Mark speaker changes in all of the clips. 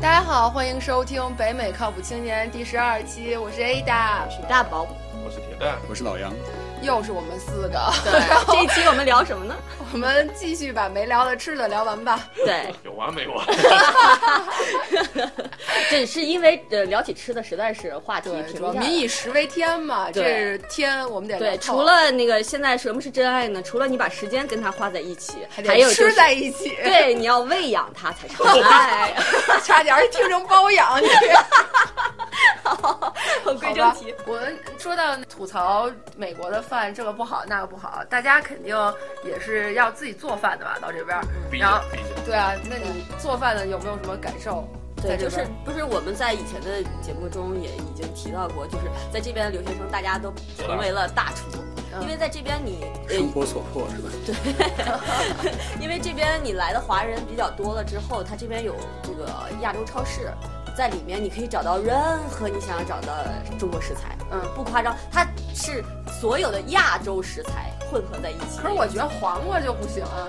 Speaker 1: 大家好，欢迎收听《北美靠谱青年》第十二期，我是 Ada，
Speaker 2: 是大宝。
Speaker 3: 我是铁蛋，
Speaker 4: 我是老杨，
Speaker 1: 又是我们四个，
Speaker 2: 对，这一期我们聊什么呢？
Speaker 1: 我们继续把没聊的吃的聊完吧。
Speaker 2: 对，
Speaker 3: 有完 没完？
Speaker 2: 这是因为呃聊起吃的实在是话题
Speaker 1: 对，
Speaker 2: 停
Speaker 1: 主
Speaker 2: 不
Speaker 1: 要
Speaker 2: 下
Speaker 1: 民
Speaker 2: 来。
Speaker 1: 以食为天嘛，这
Speaker 2: 对
Speaker 1: 是天，我们得
Speaker 2: 对，
Speaker 1: 聊透
Speaker 2: 除了那个现在什么是真爱呢？除了你把时间跟他花在一起，
Speaker 1: 还
Speaker 2: 还
Speaker 1: 得
Speaker 2: 有就
Speaker 1: 吃
Speaker 2: 是
Speaker 1: 在一起，
Speaker 2: 对，你要喂养他才是真 爱。哎
Speaker 1: 差点儿听成包 养。你这
Speaker 2: 归
Speaker 1: 好
Speaker 2: 正
Speaker 1: 吧
Speaker 2: 题，
Speaker 1: 我们说到吐槽美国的饭这个不好那个不好，大家肯定也是要自己做饭的吧？到这边儿，
Speaker 2: 嗯
Speaker 3: 闭
Speaker 1: 然
Speaker 3: 着
Speaker 1: 后
Speaker 3: 闭着，
Speaker 1: 对啊，那你做饭的有没有什么感受？在
Speaker 2: 对，
Speaker 1: 这
Speaker 2: 就
Speaker 1: 边
Speaker 2: 是不是我们在以前的节目中也已经提到过，就是在这边留学生大家都成为了大厨，
Speaker 1: 嗯
Speaker 2: 因为在这边你呃
Speaker 4: 生活所迫是吧？
Speaker 2: 因为这边你来的华人比较多了之后，它这边有这个亚洲超市，在里面你可以找到任何你想要找的中国食材，
Speaker 1: 嗯
Speaker 2: 不夸张，它是所有的亚洲食材混合在一起。
Speaker 1: 可是我觉得黄瓜就不行啊。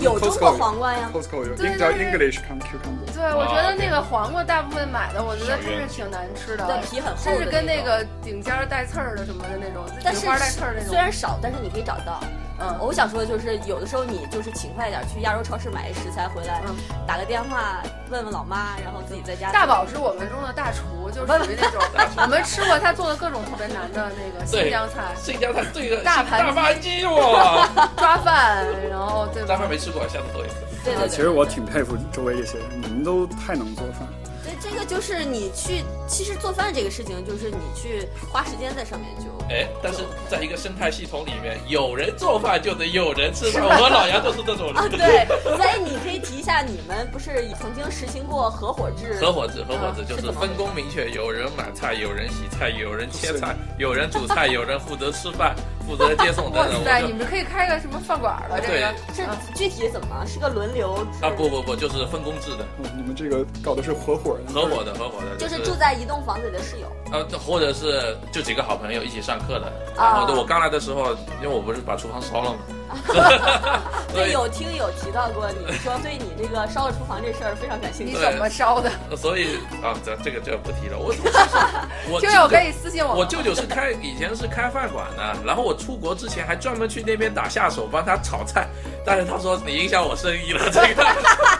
Speaker 2: 有中国黄瓜呀，
Speaker 4: Costco 有
Speaker 1: 对对
Speaker 4: 叫
Speaker 1: 对
Speaker 4: English come cucumber，
Speaker 1: 对，我
Speaker 3: 哇
Speaker 1: 觉得那个黄瓜大部分买的，我觉得
Speaker 3: 小
Speaker 1: 真是
Speaker 3: 院
Speaker 1: 挺难吃
Speaker 2: 的
Speaker 1: 的，
Speaker 2: 皮很厚
Speaker 1: 真
Speaker 2: 的，
Speaker 1: 是跟那。个顶尖儿带刺儿的什么的那种，
Speaker 2: 但
Speaker 1: 菊
Speaker 2: 是
Speaker 1: 花带刺儿那种。
Speaker 2: 虽然少，但是你可以找到。
Speaker 1: 嗯，
Speaker 2: 我想说的就是，有的时候你就是勤快一点，去亚洲超市买食材回来，
Speaker 1: 嗯
Speaker 2: 打个电话问问老妈，然后自己在家。
Speaker 1: 大宝是我们中的大厨，就属于那 种我们吃过他做的各种特别难的那个新疆菜，
Speaker 3: 新疆菜这个
Speaker 1: 大盘鸡
Speaker 3: 大盘鸡 哇，
Speaker 1: 抓饭，然后对
Speaker 3: 大
Speaker 1: 吧
Speaker 3: 饭？没吃过，下次做一次。
Speaker 2: 对对对。
Speaker 4: 其实我挺佩服周围这些人，你们都太能做饭。
Speaker 2: 对，这个就是你去，其实做饭这个事情，就是你去花时间在上面 就。
Speaker 3: 哎，但是在一个生态系统里面，有人做饭就得有人吃饭。我和老杨就是这种
Speaker 2: 啊，
Speaker 3: 人，
Speaker 2: 对，所以你可以提一下，你们不是曾经实行过合伙制？
Speaker 3: 合伙制，合伙制
Speaker 2: 啊
Speaker 3: 就是
Speaker 2: 是怎么
Speaker 3: 分工明确，有人买菜，有人洗菜，有人切菜，有人煮菜，有人负责吃饭，负责接送
Speaker 1: 哇
Speaker 3: 等等。
Speaker 1: 塞，
Speaker 3: 我
Speaker 1: 你们可以开个什么饭馆了？
Speaker 3: 就
Speaker 1: 这
Speaker 3: 对
Speaker 1: 个
Speaker 2: 是具体怎么？是个轮流制？
Speaker 3: 啊，不，不不，就是分工制的，
Speaker 4: 哦你们这个搞的是合伙人，
Speaker 3: 合伙的合伙的，
Speaker 2: 就是
Speaker 3: 是
Speaker 2: 住在一栋房子里的室友。
Speaker 3: 呃，或者是就几个好朋友一起上课的。然
Speaker 2: 啊
Speaker 3: 后我刚来的时候，因为我不是把厨房 烧了嘛，所
Speaker 2: 对，
Speaker 3: 以
Speaker 2: 有听友提到过，你说对你这个烧了厨房这事儿非常感兴
Speaker 1: 你
Speaker 2: 趣。
Speaker 1: 怎么烧的？
Speaker 3: 所以啊，这这个就不提 了。我我
Speaker 1: 听友
Speaker 3: 舅
Speaker 1: 可
Speaker 3: 舅
Speaker 1: 以私信我
Speaker 3: 我
Speaker 1: 们。
Speaker 3: 舅舅是开以前是开饭馆的，然后我出国之前还专门去那边打下手帮他炒菜，但是他说你影响我生意了，这个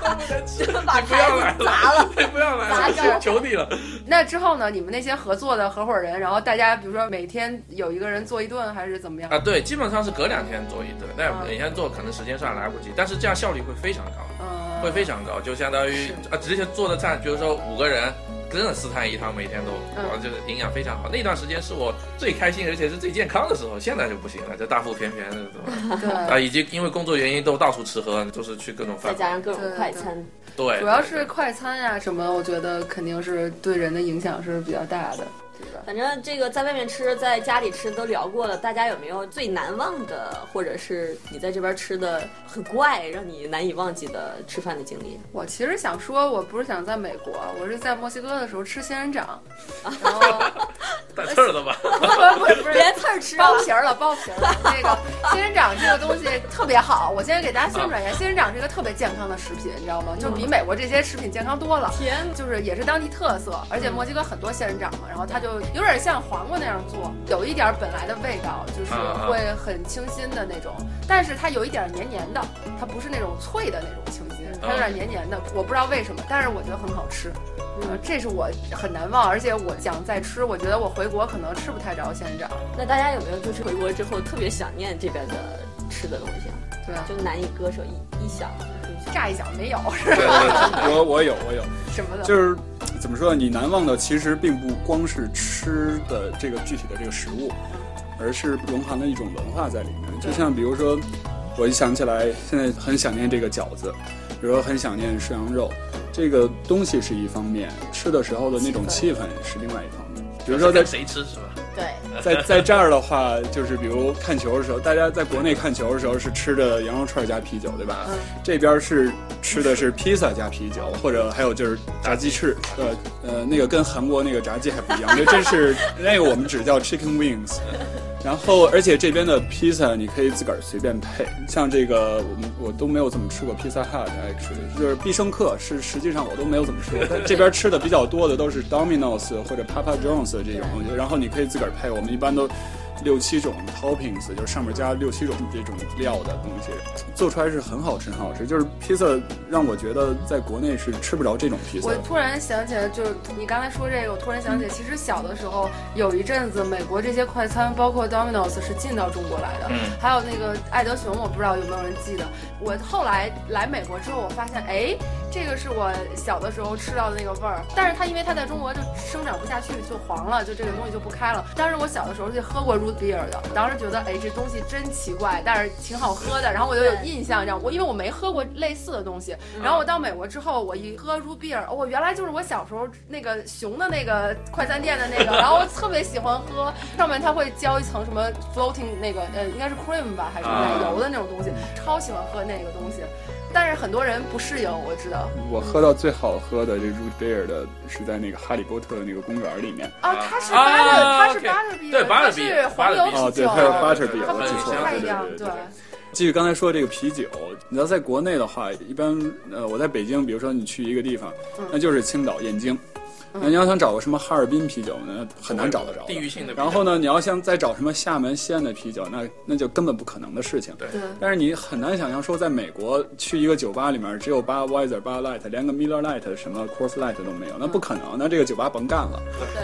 Speaker 3: 不能吃，
Speaker 2: 就把
Speaker 3: 你不要来
Speaker 2: 盘子砸了，
Speaker 3: 你不要来
Speaker 2: 砸
Speaker 3: 了，
Speaker 2: 着
Speaker 3: 求你了。
Speaker 1: 那之后呢？你们那些合作的合伙人，然后大家比如说每天有一个人做一顿，还是怎么样？
Speaker 3: 啊，对，基本上是隔两天做一顿，那
Speaker 1: 啊
Speaker 3: 每天做可能时间上来不及，但是这样效率会非常高。
Speaker 1: 嗯，
Speaker 3: 会非常高，就相当于
Speaker 1: 是
Speaker 3: 啊，之前做的菜，比如说五个人，真的四菜一汤，每天都，
Speaker 1: 嗯
Speaker 3: 然后就是营养非常好。那段时间是我最开心，而且是最健康的时候。现在就不行了，就大腹便便的，怎 么
Speaker 1: 对。
Speaker 3: 啊？以及因为工作原因都到处吃喝，就是去各种
Speaker 2: 再
Speaker 3: 饭
Speaker 2: 加
Speaker 3: 馆。
Speaker 2: 上各种
Speaker 1: 对
Speaker 2: 快餐，
Speaker 3: 对，
Speaker 1: 主要
Speaker 3: 对
Speaker 1: 是 快餐呀、什么，我觉得肯定是对人的影响是比较大的，对吧？
Speaker 2: 反正这个在外面吃，在家里吃都聊过了，大家有没有最难忘的，或者是你在这边吃的很怪，让你难以忘记的吃饭的经历？
Speaker 1: 我其实想说，我不是想在美国，我是在墨西哥的时候吃仙人 掌，然后
Speaker 3: 带刺儿的吧？
Speaker 1: 不是不是
Speaker 2: 连刺儿吃啊
Speaker 1: 剥！皮儿了，剥皮儿了。那 个仙人掌这个东西特别好，我先给大家
Speaker 3: 嗯
Speaker 1: 宣传一下，仙人掌是一个特别健康的食品，你知道吗？就比美国这些食品健康多了。
Speaker 2: 甜，
Speaker 1: 就是也是当地特色，而
Speaker 4: 嗯
Speaker 1: 且墨西哥很多仙人掌嘛，然后它就有点像黄瓜那样做，有一点本来的味道，就是
Speaker 4: 啊
Speaker 1: 会很清新的那种，但是它有一点黏黏的，它不是那种脆的那种清新，
Speaker 4: 嗯
Speaker 1: 它有点黏黏的，我不知道为什么，但是我觉得很好吃，嗯，这是我很难忘，而且我想再吃，我觉得我回国可能吃不太着仙人掌，
Speaker 2: 那大家有没有就是回国之后特别想念这边的吃的东西啊？
Speaker 1: 对啊，
Speaker 2: 就难以割舍一一想。
Speaker 1: 乍一想没有
Speaker 4: 对对对我我有我有，
Speaker 1: 什么的，
Speaker 4: 就是怎么说呢？你难忘的其实并不光是吃的这个具体的这个食物，而是融含了一种文化在里面。就像比如说，我一想起来，现在很想念这个饺子，比如说很想念涮羊肉，这个东西是一方面，吃的时候的那种气氛是另外一方面。比如说在
Speaker 3: 看 谁吃是吧？
Speaker 2: 对，
Speaker 4: 在在这儿的话，就是比如看球的时候，大家在国内看球的时候是吃的羊肉串加啤酒，对吧？
Speaker 1: 嗯
Speaker 4: 这边是吃的是披萨加啤酒，或者还有就是炸鸡翅，呃呃，那个跟韩国那个炸鸡还不一样，就这是那个我们只叫 chicken wings。然后，而且这边的披萨你可以自个儿随便配，像这个我们我都没有怎么吃过披萨 hut actually，就是必胜客是实际上我都没有怎么吃过，但这边吃的比较多的都是 Domino's 或者 Papa John's 这种，然后你可以自个儿配，我们一般都六七种 toppings，就是上面加六七种这种料的东西，做出来是很好吃很好吃，就是披萨让我觉得在国内是吃不着这种披萨
Speaker 1: 我
Speaker 4: 的。
Speaker 1: 突然想起来，就是你刚才说这个，我突然想起来，其实小的时候有一阵子，美国这些快餐，包括 Domino's 是进到中国来的，
Speaker 3: 嗯
Speaker 1: 还有那个爱德熊，我不知道有没有人记得。我后来来美国之后，我发现，哎，这个是我小的时候吃到的那个味儿，但是它因为它在中国就生长不下去，就黄了，就这个东西就不开了。当时我小的时候就喝过 root beer 的，当时觉得，哎，这东西真奇怪，但是挺好喝的，然后我就有印象，这样我因为我没喝过类似的东西，然
Speaker 3: 嗯
Speaker 1: 后我到美国之后，我一喝 root beer，我、哦、原来就是我小时候那个熊的那个快餐店的那个，然后我特别喜欢喝，上面它会浇一层什么 floating 那个呃应该是 cream 吧还是
Speaker 3: 啊
Speaker 1: 奶油的那种东西，超喜欢喝那个东西，但是很多人不适应，我知道
Speaker 4: 我喝到最好喝的这 root beer 的是在那个哈利波特的那个公园里面，
Speaker 1: 啊，它是
Speaker 3: 啊
Speaker 1: 巴勒，它是
Speaker 3: OK
Speaker 1: 巴勒比
Speaker 3: 对
Speaker 1: 尔，
Speaker 3: 巴
Speaker 1: 它
Speaker 3: 勒比
Speaker 1: 哎是
Speaker 3: 尔巴
Speaker 1: 黄
Speaker 3: 勒
Speaker 1: 油
Speaker 3: 比尔
Speaker 4: 哦
Speaker 1: 啤
Speaker 4: 对
Speaker 1: 酒，啊
Speaker 4: 还有 butter
Speaker 3: 比尔
Speaker 1: 它
Speaker 3: 我
Speaker 1: 不
Speaker 3: 记
Speaker 1: 不
Speaker 3: 错了
Speaker 1: 太
Speaker 3: 对
Speaker 1: 一
Speaker 3: 对
Speaker 1: 样，
Speaker 4: 对对继续刚才说这个啤酒，你要在国内的话，一般呃，我在北京，比如说你去一个地方，
Speaker 1: 嗯
Speaker 4: 那就是青岛、燕京。
Speaker 1: 嗯
Speaker 4: 那你要想找个什么哈尔滨啤酒呢，很难找得着的。
Speaker 3: 地域性的比较。
Speaker 4: 然后呢，你要想再找什么厦门、西安的啤酒，那那就根本不可能的事情。
Speaker 3: 对
Speaker 1: 对
Speaker 4: 但是你很难想象说，在美国去一个酒吧里面，只有 Budweiser、Bud Light，连个 Miller Light、什么 Coors Light 都没有，那不可能。那这个酒吧甭干了。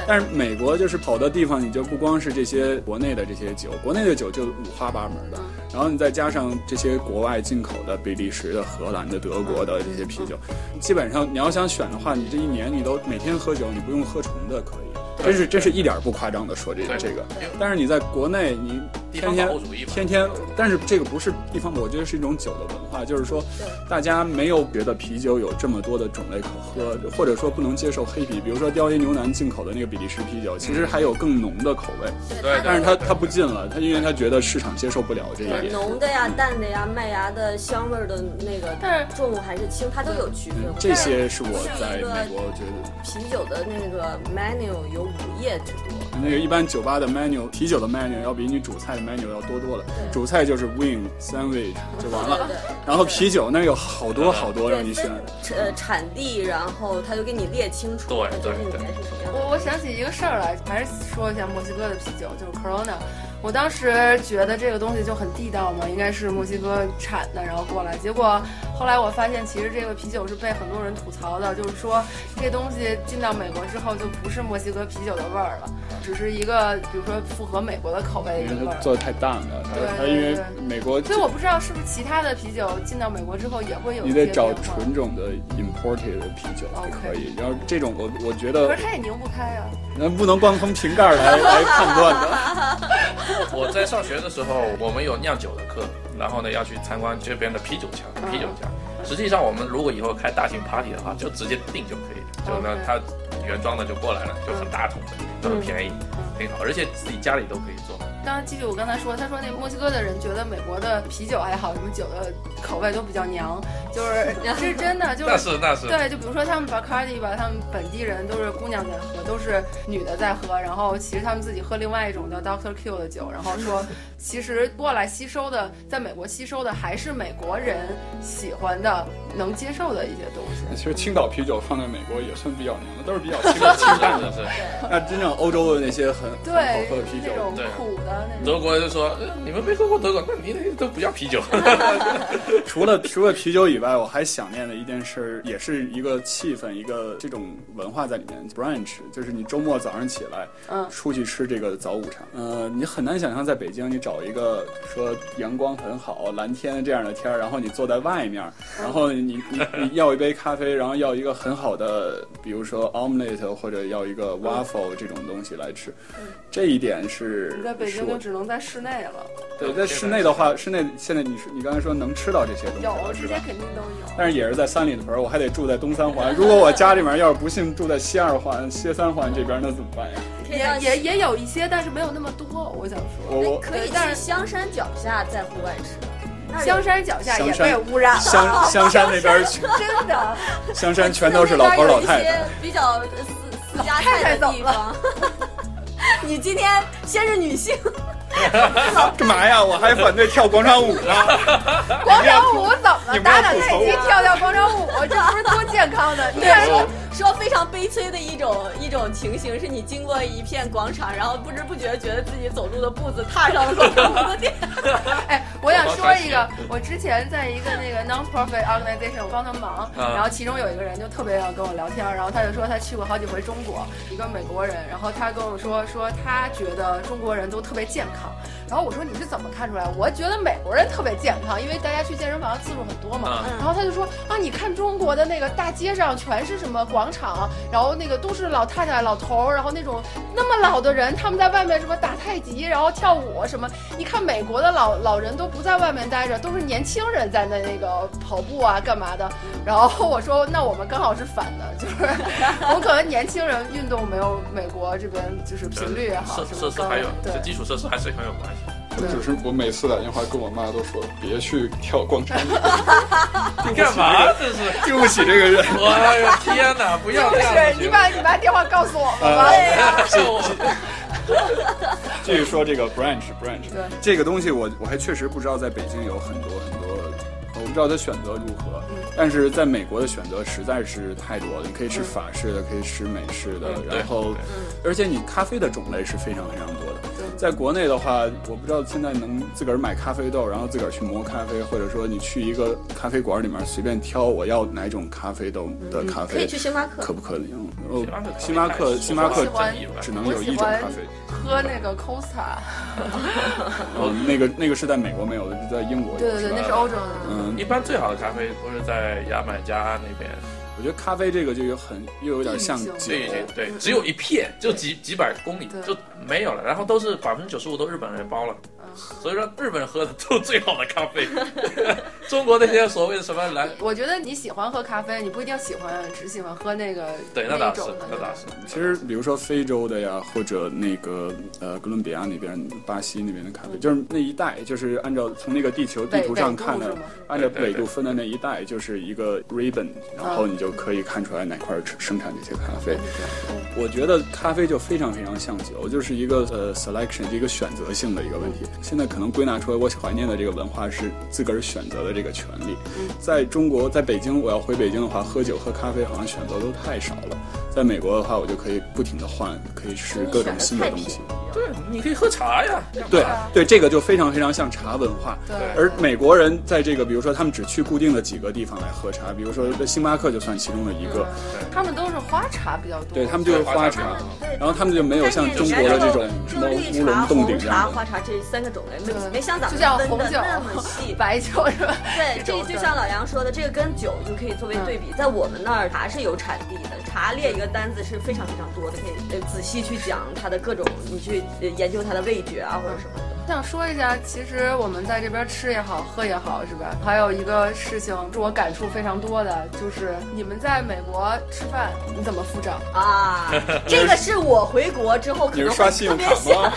Speaker 4: 但是美国就是好的地方，你就不光是这些国内的这些酒，国内的酒就五花八门的，然后你再加上这些国外进口的，比利时的、荷兰的、德国的这些啤酒，基本上你要想选的话，你这一年你都每天喝酒，你不用喝重的可以。真是真是一点儿不夸张的说这个
Speaker 3: 对
Speaker 4: 这个
Speaker 3: 对，
Speaker 4: 但是你在国内你
Speaker 3: 地
Speaker 4: 天
Speaker 3: 方
Speaker 4: 天
Speaker 3: 保护主义嘛，
Speaker 4: 天天，但是这个不是地方，我觉得是一种酒的文化，就是说，大家没有觉得啤酒有这么多的种类可喝，或者说不能接受黑啤，比如说雕爷牛腩进口的那个比利时啤酒，其实还有更浓的口味，
Speaker 3: 对
Speaker 4: 但是他他不进了，他因为他觉得市场接受不了这一
Speaker 2: 对
Speaker 4: 点。
Speaker 2: 浓的呀、淡的呀、麦芽的香味儿的那个，
Speaker 1: 但是
Speaker 2: 重还是轻，它都有区分
Speaker 4: 嗯。这些是我在美国觉得，
Speaker 2: 但是啤酒的那个 menu 有五页之多，
Speaker 4: 那个一般酒吧的 menu 啤酒的 menu 要比你主菜的 menu 要多多了，主菜就是 wing sandwich 就完
Speaker 2: 对
Speaker 4: 了，
Speaker 2: 对。
Speaker 4: 然后啤酒那有好
Speaker 1: 嗯
Speaker 4: 多好多
Speaker 2: 对
Speaker 4: 让你选。
Speaker 2: 分呃产地，然后他就给你列清楚，
Speaker 3: 对
Speaker 2: 就是
Speaker 3: 对
Speaker 2: 你
Speaker 3: 对
Speaker 2: 该是什么样的。
Speaker 1: 我我想起一个事儿来，还是说一下墨西哥的啤酒，就是 Corona。我当时觉得这个东西就很地道嘛，应该是墨西哥产的，然后过来。结果后来我发现，其实这个啤酒是被很多人吐槽的，就是说这东西进到美国之后就不是墨西哥啤酒的味儿了，只是一个比如说符合美国的口味的一个
Speaker 4: 因为
Speaker 1: 味
Speaker 4: 它
Speaker 1: 儿。
Speaker 4: 做的太淡了，它它
Speaker 1: 对对
Speaker 4: 因为
Speaker 1: 对
Speaker 4: 美国，
Speaker 1: 所以我不知道是不是其他的啤酒进到美国之后也会有一
Speaker 4: 你
Speaker 1: 些
Speaker 4: 得找
Speaker 1: 变化
Speaker 4: 纯种的 imported 的啤酒才
Speaker 1: OK
Speaker 4: 可以。然后这种我我觉
Speaker 1: 可
Speaker 4: 得
Speaker 1: 是它也拧不开啊。
Speaker 4: 那不能光从瓶盖儿 来来判断的。
Speaker 3: 我在上学的时候，我们有酿酒的课，然后呢要去参观这边的啤酒
Speaker 1: 嗯
Speaker 3: 墙。啤酒墙，实际上我们如果以后开大型 party 的话，就直接订就可以了。就呢
Speaker 1: OK，
Speaker 3: 它原装的就过来了，就很大桶的，就很便宜，挺好，而且自己家里都可以做。
Speaker 1: 刚刚继续我刚才说，他说那墨西哥的人觉得美国的啤酒还好，什么酒的口味都比较娘， 就是是真的，就
Speaker 3: 那
Speaker 1: 是。
Speaker 3: 是那是，
Speaker 1: 对，就比如说他们 Bacardi 吧，他们本地人都是姑娘在喝，都是女的在喝，然后其实他们自己喝另外一种叫 Doctor Q 的酒，然后说其实过来吸收的，在美国吸收的还是美国人喜欢的、能接受的一些东西。
Speaker 4: 其实青岛啤酒放在美国也算比较娘的，都是比较清清淡
Speaker 3: 是
Speaker 4: 的。
Speaker 3: 是是。
Speaker 4: 那真正欧洲的那些很很好
Speaker 1: 对
Speaker 4: 喝的，啤酒
Speaker 1: 那，种
Speaker 3: 对
Speaker 1: 苦的那种。
Speaker 3: 德国就说，呃你们没喝过德国，那你那都不叫啤酒。
Speaker 4: 除了除了啤酒以外，我还想念的一件事儿，也是一个气氛，一个这种文化在里面。brunch 就是你周末早上起来，
Speaker 1: 嗯
Speaker 4: 出去吃这个早午茶。呃，你很难想象在北京，你找一个说阳光很好、蓝天这样的天儿，然后你坐在外面儿，然后你你你要一杯咖啡，然后要一个很好的，比如说 omelette 或者要一个 waffle 这种东西来吃，这一点是
Speaker 1: 你在北
Speaker 4: 是
Speaker 1: 京
Speaker 4: 我
Speaker 1: 就只能在室内了，
Speaker 4: 对，在室内的话，室内现在你是你刚才说能吃到这些东西
Speaker 1: 有
Speaker 4: 了，
Speaker 1: 这
Speaker 4: 是
Speaker 1: 些
Speaker 4: 吧？
Speaker 1: 肯定都有。
Speaker 4: 但是也是在三里屯儿，我还得住在东三环。如果我家里面要是不幸住在西二环、西三环这边，那怎么办呀？
Speaker 2: 可以
Speaker 1: 也
Speaker 2: 到
Speaker 1: 也也有一些，但是没有那么多。我想说，
Speaker 4: 我我
Speaker 2: 哎可以去香山脚下在户外吃，那有
Speaker 1: 香山脚下也
Speaker 4: 香山
Speaker 1: 被污染了，
Speaker 4: 香香山那边去，
Speaker 1: 真的。
Speaker 4: 香山全都是老头老太太。，
Speaker 2: 比较呃 私私家菜的地方。你今天先是女性，
Speaker 4: 干嘛呀？我还反对跳广场舞呢。
Speaker 1: 广场舞怎么
Speaker 4: 你
Speaker 1: 了
Speaker 4: 们要
Speaker 1: 打打太极，跳跳广场舞，这不是多健康的？你看
Speaker 2: 说说非常悲催的一种一种情形，是你经过一片广场，然后不知不觉觉得自己走路的步子踏上了广场舞的地。
Speaker 1: 哎，我想说一个，我之前在一个那个 non-profit organization 我帮他忙，
Speaker 3: 啊
Speaker 1: 然后其中有一个人就特别想跟我聊天，然后他就说他去过好几回中国，一个美国人，然后他跟我说说他觉得中国人都特别健康，然后我说你是怎么看出来？我觉得美国人特别健康，因为大家去健身房次数很多嘛，
Speaker 3: 啊
Speaker 2: 嗯
Speaker 1: 然后他就说啊，你看中国的那个大街上全是什么广场，然后那个都是老太太、老头儿，然后那种那么老的人，他们在外面什么打太极，然后跳舞什么。你看美国的老老人都不在外面待着，都是年轻人在那那个跑步啊，干嘛的。然后我说，那我们刚好是反的，就是我们可能年轻人运动没有美国这边就是频率也好，
Speaker 3: 设
Speaker 1: 什
Speaker 3: 设
Speaker 1: 么
Speaker 3: 施
Speaker 1: 高
Speaker 3: 还有
Speaker 1: 啊对
Speaker 3: 这。基础设施还是很有关系。
Speaker 1: 对
Speaker 5: 就是我每次打电话跟我妈都说别去跳广场舞，
Speaker 3: 你干嘛？这是，
Speaker 4: 对不起这个 人，
Speaker 3: 我哎呦天哪！不要
Speaker 1: 就
Speaker 3: 这样
Speaker 1: 是
Speaker 3: 子
Speaker 1: 你
Speaker 3: 行
Speaker 1: 把
Speaker 3: 吗，
Speaker 1: 你把电话告诉我们吧。
Speaker 4: 呃
Speaker 3: 嗯 就
Speaker 4: 继续说这个 branch branch
Speaker 1: 对
Speaker 4: 这个东西我，我还确实不知道在北京有很多很多，我不知道它选择如何，但是在美国的选择实在是太多了，你可以吃法式的，可以吃美式的，
Speaker 3: 嗯对
Speaker 4: 然后而且你咖啡的种类是非常非常多的。
Speaker 1: 对
Speaker 4: 在国内的话，我不知道现在能自个儿买咖啡豆，然后自个儿去磨咖啡，或者说你去一个咖啡馆里面随便挑我要哪种咖啡豆
Speaker 1: 嗯
Speaker 4: 的咖啡，
Speaker 2: 星巴
Speaker 4: 可不可以？哦，星
Speaker 3: 星
Speaker 4: 巴
Speaker 3: 巴
Speaker 4: 克
Speaker 3: 克
Speaker 4: 星巴克
Speaker 1: 我喜欢
Speaker 4: 只能有一种咖啡。
Speaker 1: 喝那个 Costa，
Speaker 4: 嗯，那个那个是在美国没有的，是在英国有。
Speaker 1: 对对对，
Speaker 4: 是吧
Speaker 1: 那是欧洲的。
Speaker 4: 嗯
Speaker 3: 一，般最好的咖啡都是在牙买加那边，
Speaker 4: 我觉得咖啡这个就有很又有点像
Speaker 1: 地域
Speaker 4: 酒
Speaker 1: 性，
Speaker 3: 对对对，只有一片，就几几百公里
Speaker 1: 对
Speaker 3: 就没有了，然后都是百分之九十五都日本人包了，
Speaker 1: 嗯
Speaker 3: 所以说日本人喝的都最好的咖 啡，中国那些所谓的什么蓝，
Speaker 1: 我觉得你喜欢喝咖啡，你不一定喜欢，只喜欢喝那个
Speaker 3: 对，那
Speaker 1: 那
Speaker 3: 倒是
Speaker 1: 种的，，
Speaker 3: 那
Speaker 1: 对吧
Speaker 3: 倒是。
Speaker 4: 其实，比如说非洲的呀，或者那个呃哥伦比亚那边、巴西那边的咖啡，就是那一带，就是按照从那个地球地
Speaker 1: 纬
Speaker 4: 图
Speaker 1: 纬
Speaker 4: 上
Speaker 1: 度
Speaker 4: 看
Speaker 1: 是
Speaker 4: 的
Speaker 1: 吗，
Speaker 4: 按照
Speaker 3: 对对
Speaker 4: 纬
Speaker 3: 对
Speaker 4: 度分的那一带，就是一个 ribbon，然后你就可以看出来哪块儿生产这些咖啡。我觉得咖啡就非常非常像酒，就是一个呃 selection，一个选择性的一个问题。现在可能归纳出来，我怀念的这个文化是自个儿选择的这个权利。在中国，在北京，我要回北京的话，喝酒喝咖啡好像选择都太少了。在美国的话，我就可以不停的换，可以吃各种新的东西。
Speaker 3: 对，你可以喝茶呀，干嘛
Speaker 4: 对
Speaker 1: 啊
Speaker 4: 对，这个就非常非常像茶文化。
Speaker 1: 对，
Speaker 4: 而美国人在这个，比如说他们只去固定的几个地方来喝茶，比如说呃星巴克就算其中的一个，
Speaker 1: 他们就是花茶比较多，
Speaker 4: 对他们就是花茶，然后他们就没有像中国的这种什么乌龙
Speaker 2: 红
Speaker 4: 洞顶啊这
Speaker 2: 茶、
Speaker 4: 样
Speaker 5: 啊
Speaker 4: 的。
Speaker 2: 花茶这三个种类，没
Speaker 1: 对
Speaker 2: 没像咱们
Speaker 1: 就像
Speaker 2: 分
Speaker 1: 红
Speaker 2: 的
Speaker 1: 酒
Speaker 2: 那 么细。
Speaker 1: 白酒是吧？
Speaker 2: 对，
Speaker 1: 这种
Speaker 2: 这就像老杨说的，这个跟酒就可以作为对比。在我们那儿，茶是有产地的，茶列一个单子是非常非常多的，可以呃仔细去讲它的各种，你去呃研究它的味觉啊或者什么的。
Speaker 1: 想说一下，其实我们在这边吃也好，喝也好，是吧？还有一个事情是我感触非常多的，就是你们在美国吃饭，你怎么付账？
Speaker 2: 啊，这个是我回国之后可
Speaker 5: 你
Speaker 2: 能
Speaker 5: 是
Speaker 2: 会
Speaker 5: 刷信用
Speaker 2: 特别
Speaker 5: 卡
Speaker 2: 想，
Speaker 5: 吗？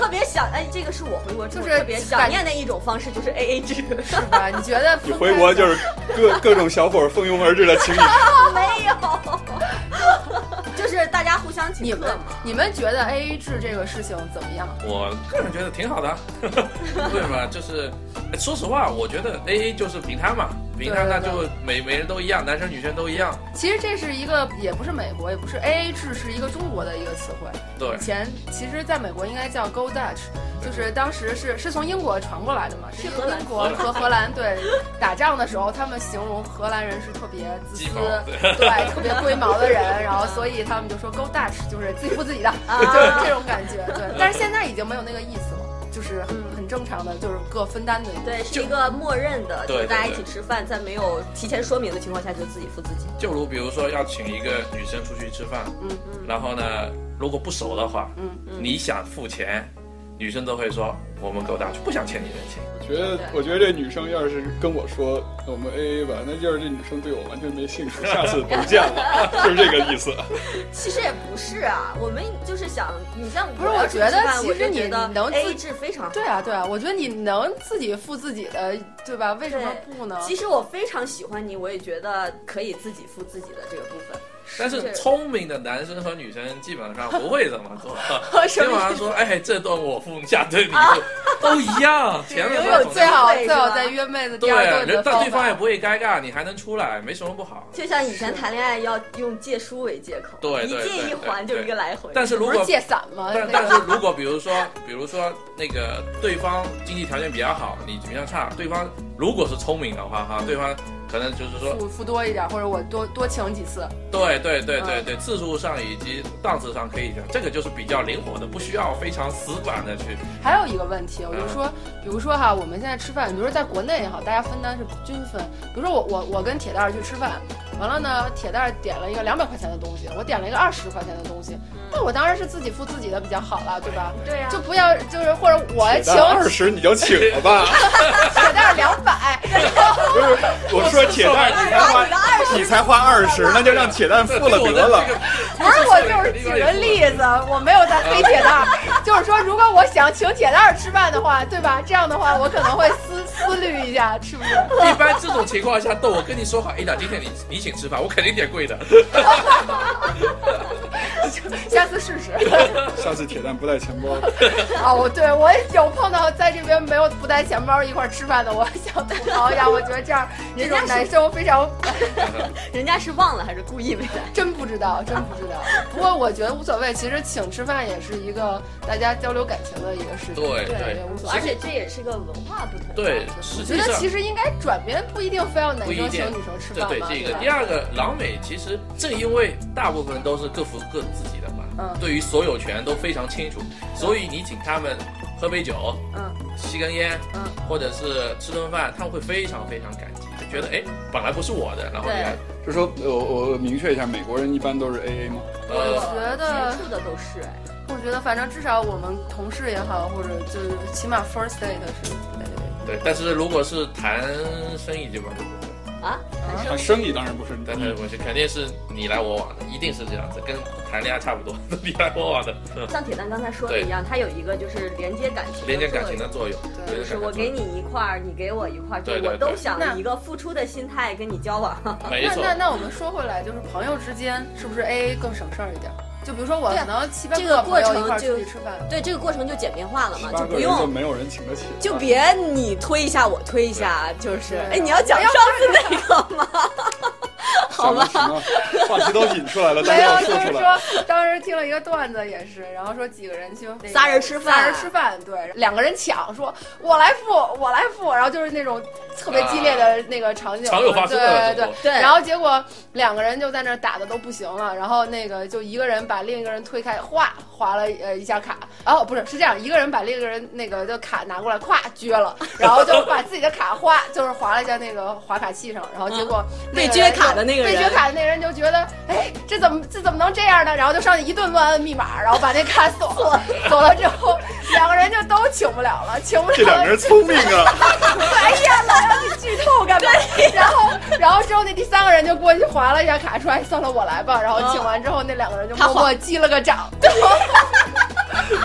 Speaker 2: 特别想， 哎，这个是我回国之后
Speaker 1: 就是
Speaker 2: 特别想念的一种方式，就是 A A 制。
Speaker 1: 是吧？你觉得
Speaker 4: 你
Speaker 1: 分
Speaker 4: 回
Speaker 1: 开的
Speaker 4: 国就是各各种小伙儿蜂拥而至的请你，
Speaker 2: 没有，就是大家互相
Speaker 1: 你
Speaker 2: 请客
Speaker 1: 们
Speaker 2: 嘛。
Speaker 1: 你们觉得 A A 制这个事情怎么样？
Speaker 3: 我个人觉得挺好 的啊，对吧？就是哎说实话，我觉得 A A 就是平摊嘛，平摊
Speaker 1: 对
Speaker 3: 那
Speaker 1: 对
Speaker 3: 就每每人都一样，男生女生都一样，
Speaker 1: 其实这是一个，也不是美国，也不是 A A 制，是一个中国的一个词汇。
Speaker 3: 对
Speaker 1: 以。前其实在美国应该叫 Go Dutch，就是当时是是从英国传过来的嘛，是
Speaker 2: 荷兰
Speaker 1: 英国和荷兰对打仗的时候，他们形容荷兰人是特别自私
Speaker 3: 鸡毛，
Speaker 1: 对，特别龟毛的人，然后所以他们就说 Go Dutch，就是自己不自 己的，
Speaker 2: 啊
Speaker 1: 就是这种感觉。对，但是现在已经没有那个意思了，就是很很正常的，就是各分担的一个。
Speaker 2: 对，是一个默认的，就
Speaker 3: 对
Speaker 2: 是大家一
Speaker 3: 对
Speaker 2: 起吃饭，在没有提前说明的情况下，就自己付自己。
Speaker 3: 就如比如说要请一个女生出去吃饭，
Speaker 1: 嗯
Speaker 3: 然后呢，如果不熟的话，
Speaker 1: 嗯
Speaker 3: 你想付钱，女生都会说我们够大，不想欠你人情。
Speaker 5: 我觉得我觉得这女生要是跟我说呃我们 A A 吧，那就是这女生对我完全没兴趣，下次不见了，就是这个意思。
Speaker 2: 其实也不是啊，我们就是想，你像
Speaker 1: 不是
Speaker 2: 要
Speaker 1: 我
Speaker 2: 出去
Speaker 1: 觉得
Speaker 2: 吃饭
Speaker 1: 其
Speaker 2: 我
Speaker 1: 实
Speaker 2: 就觉
Speaker 1: 你
Speaker 2: 得
Speaker 1: 能自
Speaker 2: A 制非常好。
Speaker 1: 对啊，对啊，我觉得你能自己付自己的，对吧？为什么不呢？
Speaker 2: 其实我非常喜欢你，我也觉得可以自己付自己的这个部分。
Speaker 3: 但是聪明的男生和女生基本上不会这么 做，基
Speaker 2: 什
Speaker 3: 本
Speaker 2: 么
Speaker 3: 上说，哎，这顿我付，下顿你付，都一样，前面
Speaker 2: 有
Speaker 3: 都
Speaker 2: 有
Speaker 3: 同
Speaker 1: 最
Speaker 3: 样
Speaker 1: 好
Speaker 2: 对
Speaker 1: 最好
Speaker 2: 是吧
Speaker 1: 在约妹子第
Speaker 3: 对
Speaker 1: 二顿，
Speaker 3: 人
Speaker 1: 的
Speaker 3: 但
Speaker 1: 方
Speaker 3: 对方也
Speaker 1: 法。
Speaker 3: 不会尴尬，你还能出来，没什么不好。
Speaker 2: 就像以前谈恋爱要用借书为借口，
Speaker 3: 对
Speaker 2: 一
Speaker 3: 对
Speaker 2: 借
Speaker 3: 对
Speaker 2: 一还
Speaker 3: 对
Speaker 2: 就是一个来回。
Speaker 3: 但是如
Speaker 1: 不是
Speaker 3: 果
Speaker 1: 借伞吗？
Speaker 3: 但
Speaker 1: 那
Speaker 3: 但
Speaker 1: 个
Speaker 3: 是如果比如说，比如说那个对方经济条件比较好，你比较差，对方如果是聪明的话
Speaker 1: 嗯
Speaker 3: 哈，对方可能就是呃说，
Speaker 1: 付付多一点，或者我多多请几次，
Speaker 3: 对对对对对，次数上以及档次上可以讲，这个就是比较灵活的，不需要非常死板的去。
Speaker 1: 还有一个问题，我
Speaker 3: 嗯
Speaker 1: 就说，比如说哈，我们现在吃饭，比如说在国内也好，大家分担是均分。比如说我我我跟铁蛋儿去吃饭，完了呢，铁蛋儿点了一个两百块钱的东西，我点了一个二十块钱的东西，
Speaker 3: 嗯
Speaker 1: 那我当然是自己付自己的比较好了，对吧？
Speaker 2: 对呀、啊
Speaker 1: 就不要就是或者我
Speaker 5: 铁
Speaker 1: 请
Speaker 5: 蛋二十你就请了吧。
Speaker 1: 铁蛋儿两百，
Speaker 5: 不是，我说铁蛋
Speaker 2: 哎
Speaker 5: 你才花，你才花二十，那就让铁蛋付了得了。
Speaker 1: 不是啊我就是举个例子，我没有在黑铁蛋 儿，就是说如果我想请铁蛋儿吃饭的话，对吧？这样的话我可能会思思虑一下，是不是？
Speaker 3: 一般这种情况下，豆，我跟你说好，哎呀，今天你你请吃饭，我肯定点贵的。
Speaker 1: 下次试试。
Speaker 5: 下次铁蛋不带钱包，
Speaker 1: 啊，我对我有碰到在这边没有不带钱包一块儿吃饭的，我想吐槽一下，我觉得这 样这种男生非常
Speaker 2: 人家是忘了还是故意没来？
Speaker 1: 真不知道，真不知道。不过我觉得无所谓，其实请吃饭也是一个大家交流感情的一个事情，
Speaker 3: 对
Speaker 1: 对，
Speaker 3: 对
Speaker 1: 也无所谓。
Speaker 2: 而且这也是个文化不同。
Speaker 3: 对，
Speaker 1: 我
Speaker 3: 实
Speaker 1: 觉
Speaker 3: 际
Speaker 1: 得
Speaker 3: 上
Speaker 1: 其实应该转变，不一定非要男
Speaker 3: 不一
Speaker 1: 生
Speaker 3: 定
Speaker 1: 请女生吃
Speaker 3: 这
Speaker 1: 饭
Speaker 3: 对
Speaker 1: 嘛，
Speaker 3: 这个。
Speaker 1: 吧
Speaker 3: 第二个，老美其实正因为大部分都是各服各自己的嘛，
Speaker 1: 嗯
Speaker 3: 对于所有权都非常清楚，所以你请他们喝杯酒，
Speaker 2: 嗯，
Speaker 3: 吸根烟，
Speaker 2: 嗯，
Speaker 3: 或者是吃顿饭，他们会非常非常感激，就
Speaker 1: 嗯
Speaker 3: 觉得哎，本来不是我的，然后你还
Speaker 5: 就说呃我我明确一下，美国人一般都是 AA 嘛，
Speaker 1: 我觉
Speaker 3: 呃，
Speaker 1: 得
Speaker 2: 接触的都是哎，
Speaker 1: 我觉得反正至少我们同事也好，或者就是起码 first date 是。
Speaker 3: 对，但是如果是谈生意，基本上就不会。
Speaker 2: 啊，男
Speaker 5: 谈
Speaker 2: 生
Speaker 5: 生意当然不是，
Speaker 3: 但是我是肯定是你来我往的，一定是这样子，跟谈恋爱差不多，你来我往的，嗯
Speaker 2: 像铁蛋刚才说的一样，它有一个就是连接感情，
Speaker 3: 连接感情的。作用。
Speaker 1: 对
Speaker 2: 就是我给你一块儿，你给我一块儿，就
Speaker 3: 对对
Speaker 2: 我都想
Speaker 1: 那
Speaker 2: 以一个付出的心态跟你交往。
Speaker 3: 没
Speaker 1: 那
Speaker 3: 错，
Speaker 1: 那那我们说回来，就是朋友之间是不是 AA 更省事儿一点？就比如说我
Speaker 2: 对啊
Speaker 1: 可能七八
Speaker 2: 这个
Speaker 1: 朋友
Speaker 2: 过程
Speaker 1: 一块儿出
Speaker 2: 就
Speaker 1: 去吃饭，
Speaker 2: 对，这个过程就简明化了嘛，
Speaker 5: 八个
Speaker 2: 就不
Speaker 5: 人就
Speaker 2: 用，
Speaker 5: 没有人请得起，啊
Speaker 2: 就别你推一下我推一下，就是
Speaker 1: 对
Speaker 2: 哎，你要讲
Speaker 1: 我要
Speaker 2: 上次那个吗？好吧，
Speaker 5: 什么 话题都引出来了，都
Speaker 1: 没有
Speaker 5: 要，
Speaker 1: 就
Speaker 5: 说
Speaker 1: 是
Speaker 5: 出来。
Speaker 1: 说当时听了一个段子也是，然后说几个人去那个
Speaker 2: 仨人吃饭
Speaker 1: 仨人吃饭，对，两个人抢，说我来付，我来付，然后就是那种特别激烈的那个场景，
Speaker 3: 常有发生
Speaker 1: 对对
Speaker 3: 的
Speaker 1: 对。
Speaker 2: 对，
Speaker 1: 然后结果两个人就在那儿打的都不行了，然后那个就一个人把另一个人推开，哗划了呃一下卡，哦不是是这样，一个人把另一个人那个就卡拿过来，咵撅 了，然后就把自己的卡哗就是划了一下那个划卡器上，然后结果那
Speaker 2: 被
Speaker 1: 个人
Speaker 2: 撅卡
Speaker 1: 就
Speaker 2: 的那个
Speaker 1: 被
Speaker 2: 人
Speaker 1: 撅卡的那个人就觉得，哎这怎么这怎么能这样呢？然后就上去一顿乱摁密码，然后把那卡锁 了，锁了之后两个人就都请不了了，请不了了。
Speaker 5: 这两个人聪明啊，
Speaker 1: 哎呀，老让你剧透干嘛？然后，然后之后那第三个人就过去划了一下卡，说：“哎，算了，我来
Speaker 2: 嗯
Speaker 1: 吧。”然后请完之后，那两个人就默默击了个掌。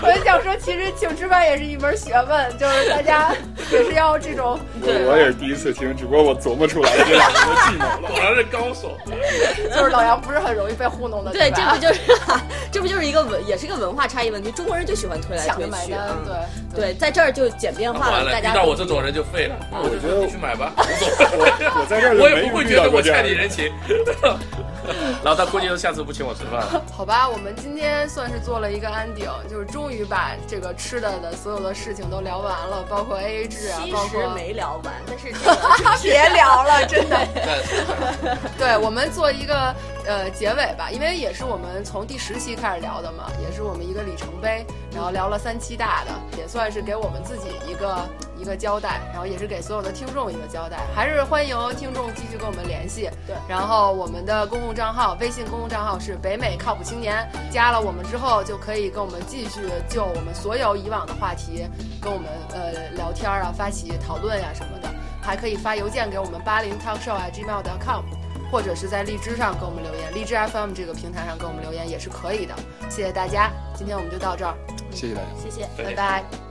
Speaker 1: 我就想说，其实请吃饭也是一门学问，就是大家也是要这种
Speaker 5: 我我也是第一次听，只不过我琢磨出来了这两个人的计谋了。
Speaker 3: 果然是高手。
Speaker 1: 就是老杨不是很容易被糊弄的，
Speaker 2: 对，这
Speaker 1: 吧
Speaker 2: 不？就是 这不就是一个文，也是个文化差异问题。中国人就喜欢推 来
Speaker 1: 抢
Speaker 2: 推
Speaker 1: 着买
Speaker 2: 去，
Speaker 1: 单，
Speaker 2: 嗯
Speaker 1: 对
Speaker 2: 对，在这儿就简便化
Speaker 3: 完
Speaker 2: 了，
Speaker 3: 了，
Speaker 2: 大家
Speaker 3: 遇到我这种人就废了。那我就
Speaker 5: 嗯我觉得
Speaker 3: 说你去买吧，无 所谓，
Speaker 5: 我我在这儿就
Speaker 3: 我也
Speaker 5: 没
Speaker 3: 不会
Speaker 5: 遇
Speaker 3: 觉
Speaker 5: 到
Speaker 3: 得
Speaker 5: 过
Speaker 3: 我
Speaker 5: 这样
Speaker 3: 欠
Speaker 5: 的
Speaker 3: 你 人情。 然后他估计就下次不请我吃饭 了。
Speaker 1: 好吧，我们今天算是做了一个安顶，就是终于把这个吃的的所有的事情都聊完了，包括 AA 制啊，
Speaker 2: 其
Speaker 1: 包括
Speaker 2: 实没聊完，但 是这个
Speaker 1: 别聊了，真 的。
Speaker 3: 但
Speaker 1: 对，我们做一个呃结尾吧，因为也是我们从第十期开始聊的嘛，也是我们一个里程碑，然后聊了三期大的，也算是给我们自己一个一个交代，然后也是给所有的听众一个交代，还是欢迎听众继续跟我们联系。
Speaker 2: 对
Speaker 1: 然后我们的公共账号，微信公共账号是北美靠谱青年，加了我们之后就可以跟我们继续就我们所有以往的话题跟我们呃聊天儿啊、发起讨论呀、什么的，还可以发邮件给我们八零 talkshow 啊 gmail.com。或者是在荔枝上给我们留言，荔枝 FM 这个平台上给我们留言也是可以的。谢谢大家，今天我们就到这儿，
Speaker 5: 谢谢大家。
Speaker 2: 谢谢。
Speaker 3: 对
Speaker 1: 拜拜。
Speaker 2: 拜